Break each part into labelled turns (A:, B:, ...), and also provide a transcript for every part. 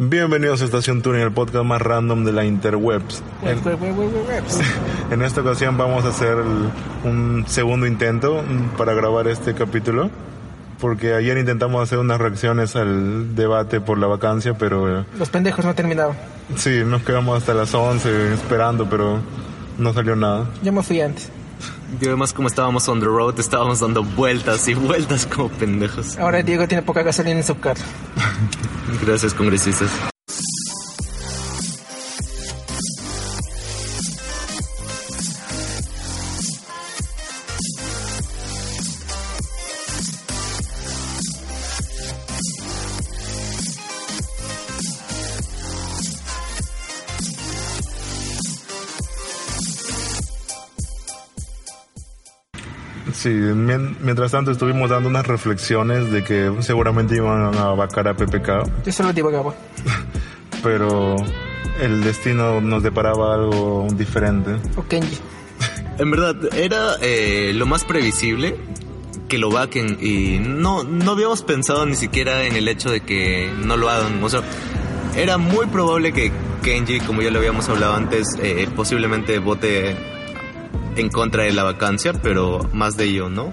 A: Bienvenidos a Estación Tuning, el podcast más random de la interwebs.
B: Pues,
A: En, en esta ocasión vamos a hacer el- un segundo intento mm, para grabar este capítulo, porque ayer intentamos hacer unas reacciones al debate por la vacancia, pero eh,
B: Los pendejos no terminaban.
A: sí, nos quedamos hasta las 11 esperando, pero no salió nada.
B: Yo me fui antes.
C: Yo además como estábamos on the road, estábamos dando vueltas y vueltas como pendejos.
B: Ahora Diego tiene poca gasolina en su carro.
C: Gracias, congresistas.
A: Sí, mien- mientras tanto estuvimos dando unas reflexiones de que seguramente iban a vacar a PPK.
B: Yo solo divagaba.
A: pero el destino nos deparaba algo diferente.
B: O Kenji.
C: En verdad, era eh, lo más previsible que lo vaquen y no, no habíamos pensado ni siquiera en el hecho de que no lo hagan. O sea, era muy probable que Kenji, como ya lo habíamos hablado antes, eh, posiblemente vote en contra de la vacancia, pero más de ello, ¿no?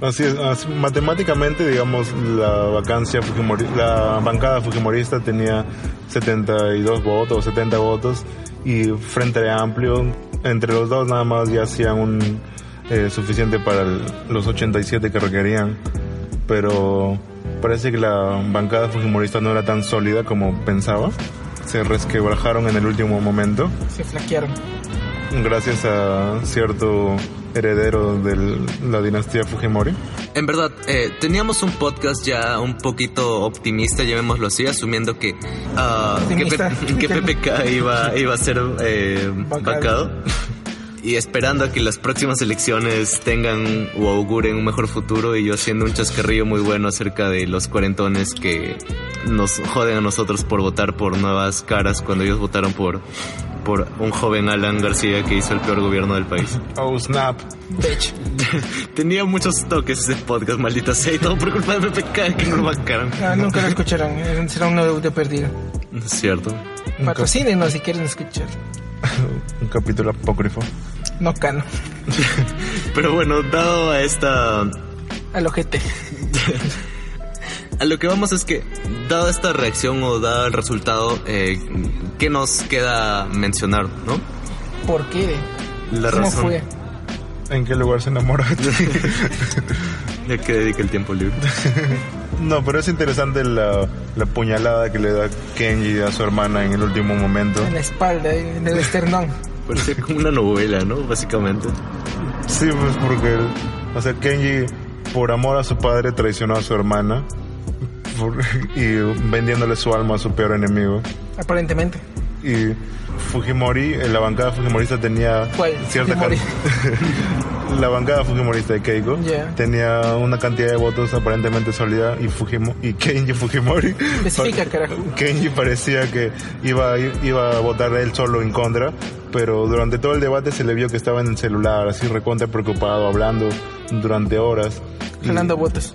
A: Así es, así- matemáticamente, digamos, la vacancia fujimori- la bancada fujimorista tenía 72 votos, 70 votos, y frente a amplio, entre los dos nada más ya hacían un eh, suficiente para el- los 87 que requerían, pero parece que la bancada fujimorista no era tan sólida como pensaba, se resquebrajaron en el último momento.
B: Se flaquearon.
A: gracias a cierto heredero de la dinastía Fujimori.
C: En verdad, eh, teníamos un podcast ya un poquito optimista, llamémoslo así, asumiendo que, ah, que,
B: Optimista.
C: Pe- que PPK iba, iba a ser eh,
B: Bancado.
C: bancado. Y esperando a que las próximas elecciones tengan o auguren un mejor futuro y yo haciendo un chascarrillo muy bueno acerca de los cuarentones que nos joden a nosotros por votar por nuevas caras cuando ellos votaron por, por un joven Alan García que hizo el peor gobierno del país.
A: Oh, snap.
B: Bitch.
C: Tenía muchos toques ese podcast, maldita sea, y todo por culpa de PPK que no lo bancaron.
B: Ah, nunca lo escucharán. Eh, Será un audio perdido.
C: No es cierto.
B: Patrocínenos si quieren escuchar.
A: Un capítulo apócrifo.
B: No cano.
C: Pero bueno, dado a esta...
B: Al ojete.
C: A lo que vamos es que, dado esta reacción o dado el resultado, eh, ¿qué nos queda mencionar, no?
B: ¿Por qué?
C: La
B: ¿Cómo
C: razón
B: fue?
A: ¿En qué lugar se enamora?
C: de que dedica el tiempo libre.
A: no, pero es interesante la, la puñalada que le da Kenji a su hermana en el último momento.
B: En la espalda, eh, en el esternón.
C: Parecía como una novela, ¿no? Básicamente.
A: Sí, pues porque, el- o sea, Kenji, por amor a su padre, traicionó a su hermana por- y vendiéndole su alma a su peor enemigo.
B: Aparentemente.
A: Y Fujimori, en la bancada fujimorista tenía
B: ¿Cuál?
A: cierta
B: Fujimori.
A: cantidad. la bancada fujimorista de Keiko
B: Ya.
A: tenía una cantidad de votos aparentemente sólida y, Fujimo- y Kenji Fujimori
B: Especifica, carajo.
A: Kenji parecía que iba, a ir- iba a votar él solo en contra pero durante todo el debate se le vio que estaba en el celular así recontra preocupado hablando durante horas Y-
B: Jalando votos.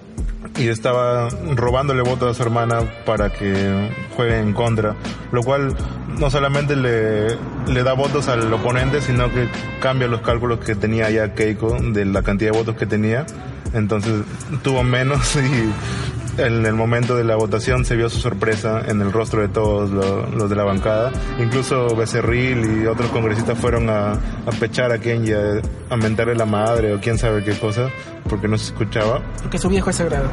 A: y estaba robándole votos a su hermana para que juegue en contra, lo cual no solamente le, le da votos al oponente, sino que cambia los cálculos que tenía ya Keiko de la cantidad de votos que tenía, entonces tuvo menos y en el momento de la votación se vio su sorpresa en el rostro de todos lo- los de la bancada, incluso Becerril y otros congresistas fueron a, a pechar a Kenji, a, a mentarle la madre o quién sabe qué cosa, porque no se escuchaba.
B: Porque su viejo es sagrado.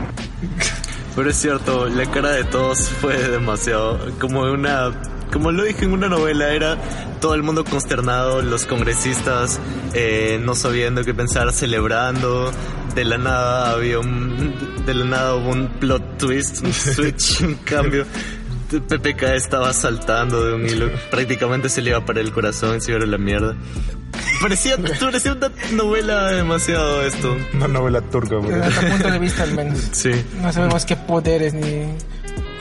C: Pero es cierto, la cara de todos fue demasiado. Como una. Como lo dije en una novela, era todo el mundo consternado, los congresistas eh, no sabiendo qué pensar, celebrando. De la nada había un. De la nada hubo un plot twist, un switch, un cambio. PPK estaba saltando de un hilo, prácticamente se le iba para el corazón, se iba a la mierda. Parecía, parecía una novela demasiado esto.
A: Una novela turca, güey.
C: Ah.
B: Desde nuestro punto de vista, al menos.
C: Sí.
B: No sabemos qué poderes ni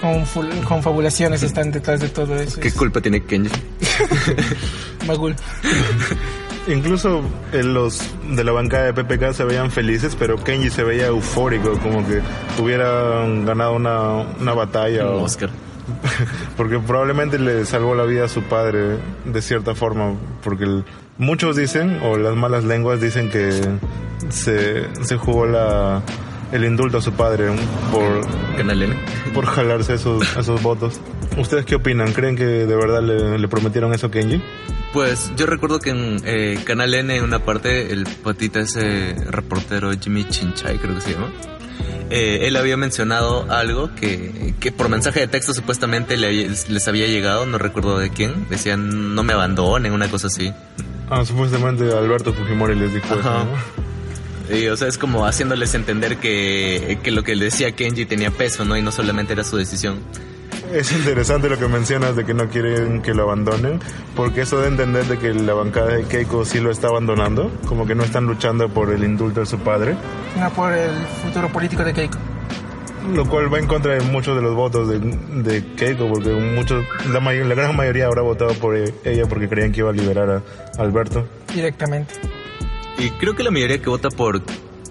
B: conful- confabulaciones están detrás de todo eso.
C: ¿Qué
B: Es
C: culpa tiene Kenji?
B: Magul.
A: Incluso eh, los de la bancada de PPK se veían felices, pero Kenji se veía eufórico, como que hubieran ganado una, una batalla.
C: Un
A: o-
C: Oscar.
A: porque probablemente le salvó la vida a su padre de cierta forma, porque el- muchos dicen, o las malas lenguas dicen que se, se jugó la, el indulto a su padre por,
C: Canal N.
A: por jalarse esos, esos votos. ¿Ustedes qué opinan? ¿Creen que de verdad le, le prometieron eso a Kenji?
C: Pues yo recuerdo que en eh, Canal N, en una parte, el patita ese reportero Jimmy Chinchay, creo que se llama, eh, él había mencionado algo que, que por mensaje de texto supuestamente le había- les había llegado, no recuerdo de quién, decían no me abandonen, una cosa así.
A: Ah, supuestamente Alberto Fujimori les dijo eso,
C: Ajá.
A: ¿no?
C: Y, o sea, es como haciéndoles entender que, que lo que le decía Kenji tenía peso, ¿no? Y no solamente era su decisión.
A: Es interesante lo que mencionas de que no quieren que lo abandonen, porque eso de entender de que la bancada de Keiko sí lo está abandonando, como que no están luchando por el indulto de su padre,
B: No por el futuro político de Keiko.
A: lo cual va en contra de muchos de los votos de, de Keiko, porque muchos, la, may- la gran mayoría habrá votado por e- ella porque creían que iba a liberar a Alberto.
B: Directamente.
C: Y creo que la mayoría que vota por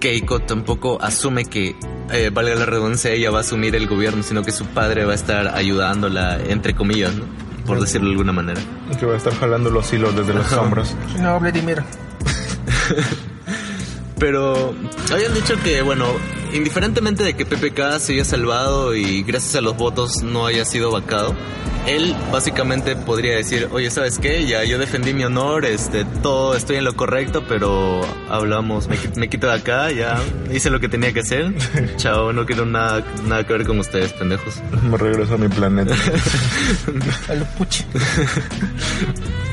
C: Keiko tampoco asume que, eh, valga la redundancia, ella va a asumir el gobierno, sino que su padre va a estar ayudándola, entre comillas, ¿no? Por decirlo de alguna manera.
A: Que va a estar jalando los hilos desde las sombras.
B: No, Vladimir.
C: Pero habían dicho que, bueno, indiferentemente de que PPK se haya salvado y gracias a los votos no haya sido vacado, él básicamente podría decir, oye, ¿sabes qué? Ya yo defendí mi honor, este, todo, estoy en lo correcto, pero hablamos, me, qui- me quito de acá, ya hice lo que tenía que hacer. Chao, no quiero nada, nada que ver con ustedes, pendejos.
A: Me regreso a mi planeta.
B: El puche.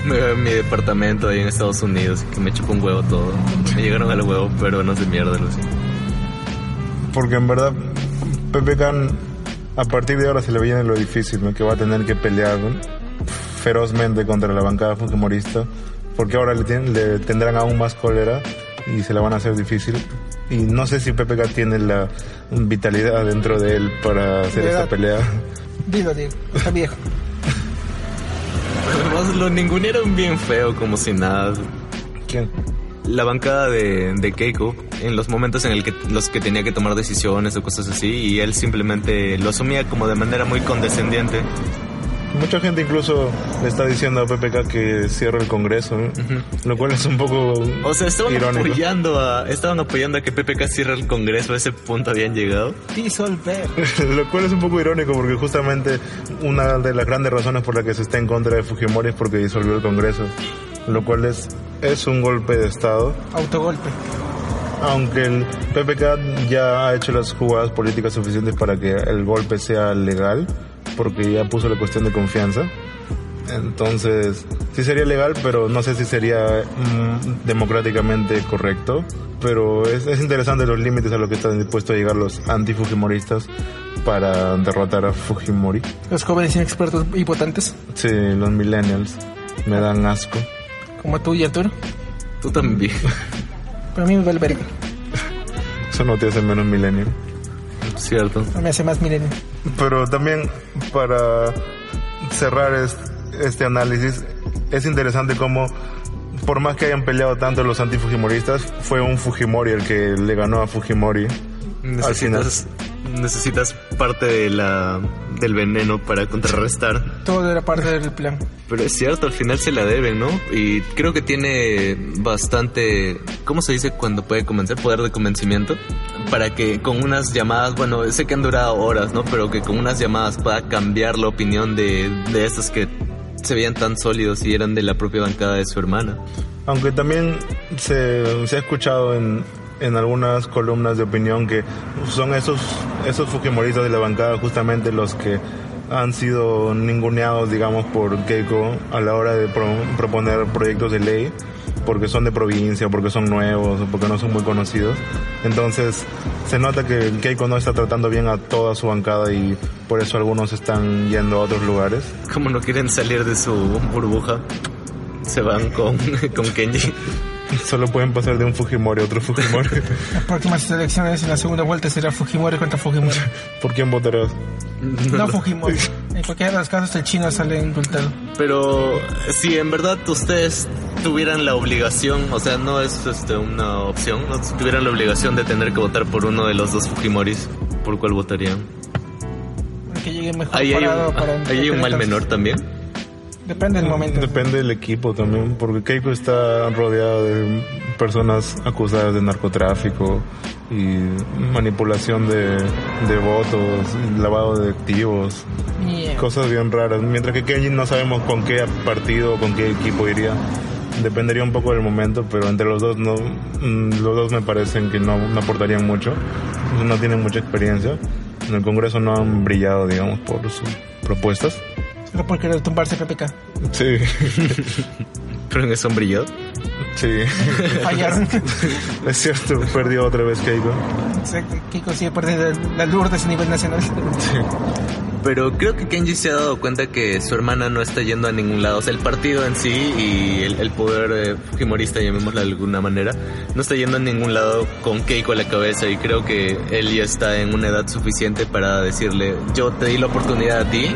C: Me voy a mi departamento ahí en Estados Unidos, que me chupó un huevo todo. Me llegaron al huevo, pero no se mierda, lo siento.
A: Porque en verdad, Pepe Can, a partir de ahora se le viene lo difícil, ¿no? que va a tener que pelear ferozmente contra la bancada fujimorista, porque ahora le, tienen- le tendrán aún más cólera y se la van a hacer difícil. Y no sé si Pepe Can tiene la vitalidad dentro de él para hacer
B: De
A: esta
B: edad.
A: pelea.
B: Dilo, Diego. Está viejo.
C: Además, lo ningunearon bien feo, como si nada.
A: ¿Quién?
C: La bancada de, de Keiko, en los momentos en el que, los que tenía que tomar decisiones o cosas así, y él simplemente lo asumía como de manera muy condescendiente.
A: Mucha gente incluso le está diciendo a PPK que cierre el Congreso, ¿no? lo cual es un poco
C: O sea, estaban
A: irónico.
C: apoyando a, estaban apoyando a que PPK cierre el Congreso, a ese punto habían llegado.
B: Disolver.
A: Lo cual es un poco irónico porque justamente una de las grandes razones por la que se está en contra de Fujimori es porque disolvió el Congreso, lo cual es, es un golpe de Estado,
B: Autogolpe.
A: aunque el PPK ya ha hecho las jugadas políticas suficientes para que el golpe sea legal, porque ya puso la cuestión de confianza. Entonces, sí sería legal, pero no sé si sería mm, democráticamente correcto. Pero es, es interesante los límites a los que están dispuestos a llegar los antifujimoristas para derrotar a Fujimori.
B: Los jóvenes inexpertos y votantes,
A: Sí, los millennials me dan asco.
B: como tú y Arturo.
C: Tú también.
B: Pero a mí me vale verga.
A: Eso no te hace menos millennial.
C: Cierto.
B: No me hace más milenio.
A: Pero también para cerrar es- este análisis, es interesante cómo, por más que hayan peleado tanto los antifujimoristas, fue un Fujimori el que le ganó a Fujimori. Al final.
C: Necesitas, necesitas parte de la, del veneno para contrarrestar.
B: Todo era parte del plan.
C: Pero es cierto, al final se la debe, ¿no? Y creo que tiene bastante, ¿cómo se dice cuando puede comenzar? Poder de convencimiento. Para que con unas llamadas, bueno, sé que han durado horas, ¿no? Pero que con unas llamadas pueda cambiar la opinión de, de estos que se veían tan sólidos y eran de la propia bancada de su hermana.
A: Aunque también se, se ha escuchado en, en algunas columnas de opinión que son esos, esos fujimoristas de la bancada justamente los que han sido ninguneados, digamos, por Keiko a la hora de pro- proponer proyectos de ley, porque son de provincia, porque son nuevos, o porque no son muy conocidos. Entonces, se nota que Keiko no está tratando bien a toda su bancada y por eso algunos están yendo a otros lugares.
C: Como no quieren salir de su burbuja, se van con, con Kenji.
A: Solo pueden pasar de un Fujimori a otro Fujimori.
B: Las próximas elecciones en la segunda vuelta será Fujimori contra Fujimori.
A: ¿Por quién votarás?
B: No Fujimori. En cualquiera de los casos el chino sale indultado.
C: Pero si en verdad ustedes tuvieran la obligación, o sea, no es este, una opción, ¿no? si tuvieran la obligación de tener que votar por uno de los dos Fujimoris, ¿por cuál votarían?
B: gente que llegue mejor
C: Ahí hay un,
B: parado para
C: ah, ahí hay un mal
B: enfrentarse.
C: menor también.
B: Depende del momento.
A: Depende del equipo también, porque Keiko está rodeado de personas acusadas de narcotráfico y manipulación de, de votos, lavado de activos,
B: Yeah.
A: cosas bien raras. Mientras que Kenji no sabemos con qué partido o con qué equipo iría. Dependería un poco del momento, pero entre los dos no, mm, los dos me parecen que no, no aportarían mucho. No tienen mucha experiencia. En el Congreso no han brillado, digamos, por sus propuestas.
B: Solo por querer tumbarse PPK.
A: Sí,
C: Pero en el sombrillo.
A: sí.
B: Fallaron.
A: Es cierto, perdió otra vez Keiko.
B: Exacto. Kiko sigue perdiendo la Lourdes a nivel nacional.
C: Pero creo que Kenji se ha dado cuenta que su hermana no está yendo a ningún lado. O sea, el partido en sí y el, el poder eh, fujimorista, llamémoslo de alguna manera, no está yendo a ningún lado con Keiko a la cabeza. Y creo que él ya está en una edad suficiente para decirle, yo te di la oportunidad a ti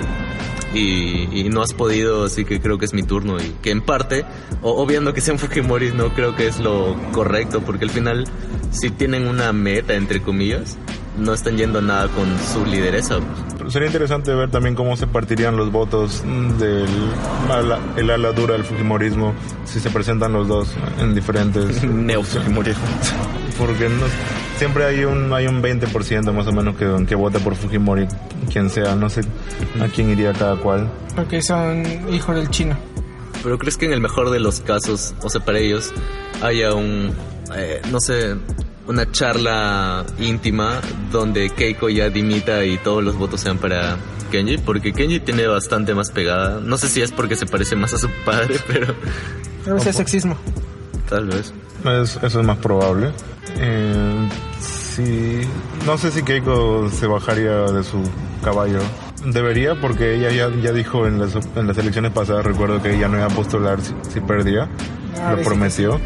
C: y, y no has podido, así que creo que es mi turno. Y que en parte, o- obviando que sean Fujimoris, no creo que es lo correcto, porque al final, si tienen una meta, entre comillas, no están yendo a nada con su lideresa.
A: Pero Sería interesante ver también cómo se partirían los votos mm, del ala, el ala dura del Fujimorismo si se presentan los dos en diferentes.
C: Neo Fujimorismo.
A: Porque no- siempre hay un, hay un 20% más o menos que, que vota por Fujimori, quien sea. No sé a quién iría cada cual.
B: Porque son hijos del chino.
C: Pero crees que en el mejor de los casos, o sea, para ellos, haya un, eh, no sé, una charla íntima donde Keiko ya dimita y todos los votos sean para Kenji, porque Kenji tiene bastante más pegada. No sé si es porque se parece más a su padre, pero
B: Debe ser sexismo.
C: tal vez.
A: Es- eso es más probable. Eh, sí, no sé si Keiko se bajaría de su caballo. Debería, porque ella ya, ya dijo en las, en las elecciones pasadas, recuerdo que ella no iba a postular si, si perdía.
B: Ah,
A: lo
B: dice
A: prometió.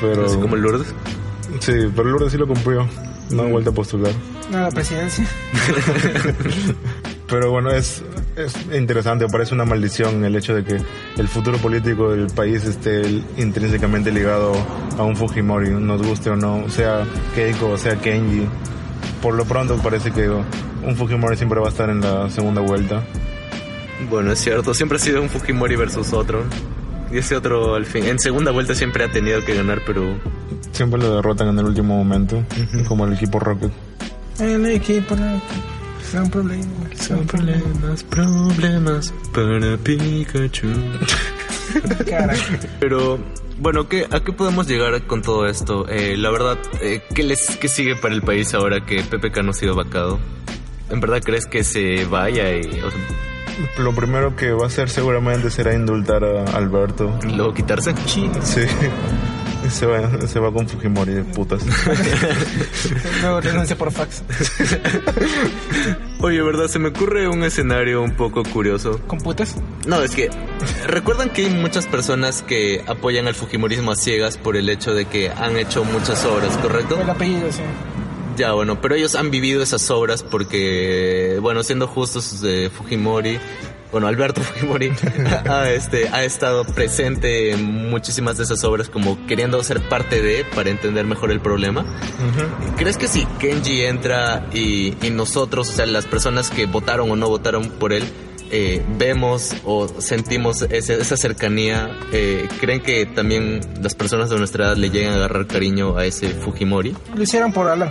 A: Pero,
C: Así como Lourdes.
A: sí, pero Lourdes sí lo cumplió. No ha vuelto a postular.
B: No, la presidencia.
A: Pero bueno, es, es interesante, parece una maldición el hecho de que el futuro político del país esté intrínsecamente ligado a un Fujimori, nos guste o no, sea Keiko o sea Kenji. Por lo pronto parece que un Fujimori siempre va a estar en la segunda vuelta.
C: Bueno, es cierto, siempre ha sido un Fujimori versus otro. Y ese otro, al fin, en segunda vuelta siempre ha tenido que ganar, pero
A: Siempre lo derrotan en el último momento, como el equipo Rocket.
B: El equipo no. Son problemas. Son problemas.
C: problemas para Pikachu.
B: Carajo.
C: Pero bueno, ¿qué, ¿a qué podemos llegar con todo esto? Eh, la verdad, eh, ¿qué, les, ¿qué sigue para el país ahora que PPK no ha sido vacado? ¿En verdad crees que se vaya y o sea,
A: Lo primero que va a hacer seguramente será indultar a Alberto.
C: y luego quitarse?
A: Sí. Se va, se va con Fujimori de putas.
B: Luego renuncia por fax.
C: Oye, ¿verdad? Se me ocurre un escenario un poco curioso.
B: ¿Con putas?
C: No, es que recuerdan que hay muchas personas que apoyan al Fujimorismo a ciegas por el hecho de que han hecho muchas obras, ¿correcto?
B: El apellido, sí.
C: Ya, bueno, pero ellos han vivido esas obras porque, bueno, siendo justos, eh, Fujimori, bueno, Alberto Fujimori, ha, este, ha estado presente en muchísimas de esas obras como queriendo ser parte de, para entender mejor el problema. ¿Crees que si Kenji entra y, y nosotros, o sea, las personas que votaron o no votaron por él, eh, vemos o sentimos ese- esa cercanía, eh, ¿creen que también las personas de nuestra edad le llegan a agarrar cariño a ese Fujimori?
B: Lo hicieron por Alan.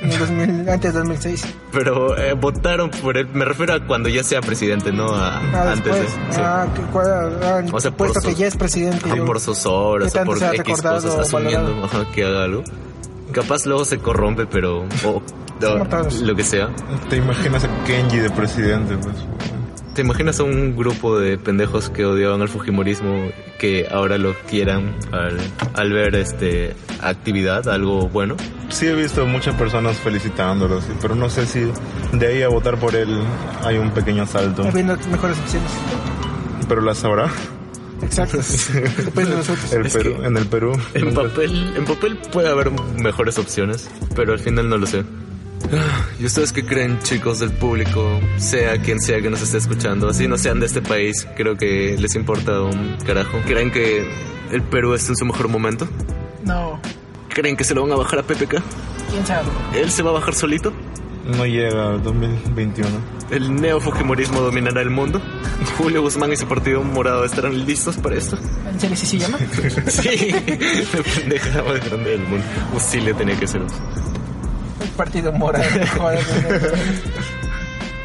B: En el 2000, antes del 2006.
C: Pero eh, votaron por él, me refiero a cuando ya sea presidente, ¿no? A,
B: Ah,
C: antes de...
B: después.
C: sí.
B: Ah, que, cuál- ah,
C: O sea, por
B: puesto
C: su-
B: que ya es presidente.
C: Ah,
B: ¿no?
C: por sus obras
B: ¿Qué
C: o
B: tanto
C: por
B: se ha
C: X
B: recordado
C: cosas,
B: o
C: asumiendo ajá, que haga algo. Capaz luego se corrompe, pero... o- o
B: no, todos.
C: lo que sea.
A: ¿Te imaginas a Kenji de presidente? Pues?
C: ¿Te imaginas a un grupo de pendejos que odiaban al Fujimorismo que ahora lo quieran al, al ver este actividad, algo bueno?
A: Sí he visto muchas personas felicitándolo, sí, pero no sé si de ahí a votar por él hay un pequeño salto.
B: Habiendo mejores opciones.
A: Pero la sabrá
B: Exacto. Depende de nosotros.
A: el
C: Es
A: Perú,
C: que-
A: en el Perú.
C: En papel, en papel puede haber mejores opciones, pero al final no lo sé. Ah, ¿Y ustedes qué creen, chicos del público? Sea quien sea que nos esté escuchando, así no sean de este país, creo que les importa un carajo. ¿Creen que el Perú está en su mejor momento?
B: No.
C: ¿Creen que se lo van a bajar a PPK?
B: ¿Quién sabe?
C: ¿Él se va a bajar solito?
A: no llega al 2021.
C: ¿El neofujimorismo dominará el mundo? ¿Julio Guzmán y su partido morado estarán listos para esto?
D: ¿En serio sí se llama?
C: Sí, la pendeja más grande del mundo. Usile tenía que ser.
B: El partido morado. joder,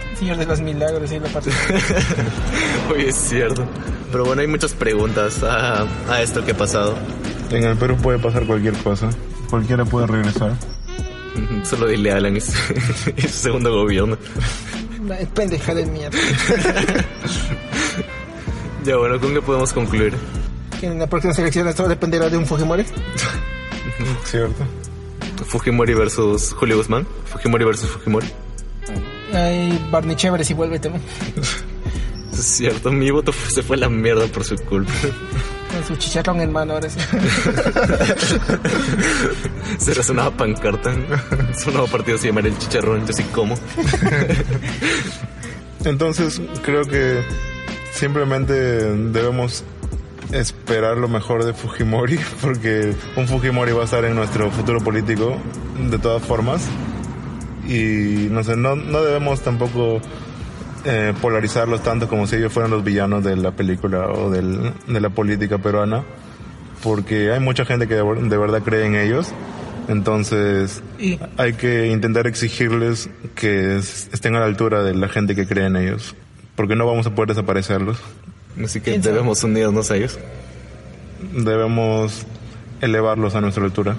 B: el Señor de los milagros, sí, la parte.
C: Oye, es cierto. Pero bueno, hay muchas preguntas a, a esto que ha pasado.
A: En el Perú puede pasar cualquier cosa. Cualquiera puede regresar.
C: Solo dile a Alan, es, es su segundo gobierno.
B: Una pendeja de mierda.
C: Ya bueno, ¿con qué podemos concluir?
B: Que en la próxima selección todo dependerá de un Fujimori.
A: ¿Cierto?
C: Fujimori versus Julio Guzmán. Fujimori versus Fujimori.
B: Ay, Barney Chévere, si vuelve también.
C: Es cierto, mi voto fue- se fue a la mierda por su culpa.
B: Con su chicharrón en mano, ahora sí.
C: Será su nueva pancarta. Su nuevo partido se llamará El Chicharrón. Yo sí como.
A: Entonces creo que simplemente debemos esperar lo mejor de Fujimori, porque un Fujimori va a estar en nuestro futuro político de todas formas. Y no sé, no, no debemos tampoco eh, polarizarlos tanto como si ellos fueran los villanos de la película o del- de la política peruana, porque hay mucha gente que de, ver- de verdad cree en ellos. Entonces
B: Y-
A: hay que intentar exigirles que es- estén a la altura de la gente que cree en ellos, porque no vamos a poder desaparecerlos.
C: Así que debemos unirnos a ellos.
A: Debemos elevarlos a nuestra altura.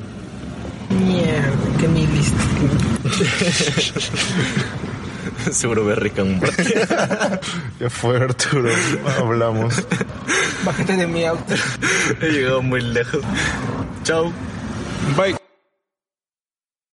B: Mierda, qué milista.
C: Seguro ve rica un
A: Ya fue Arturo, hablamos.
B: Bájate de mi auto.
C: He llegado muy lejos. Chao.
A: Bye.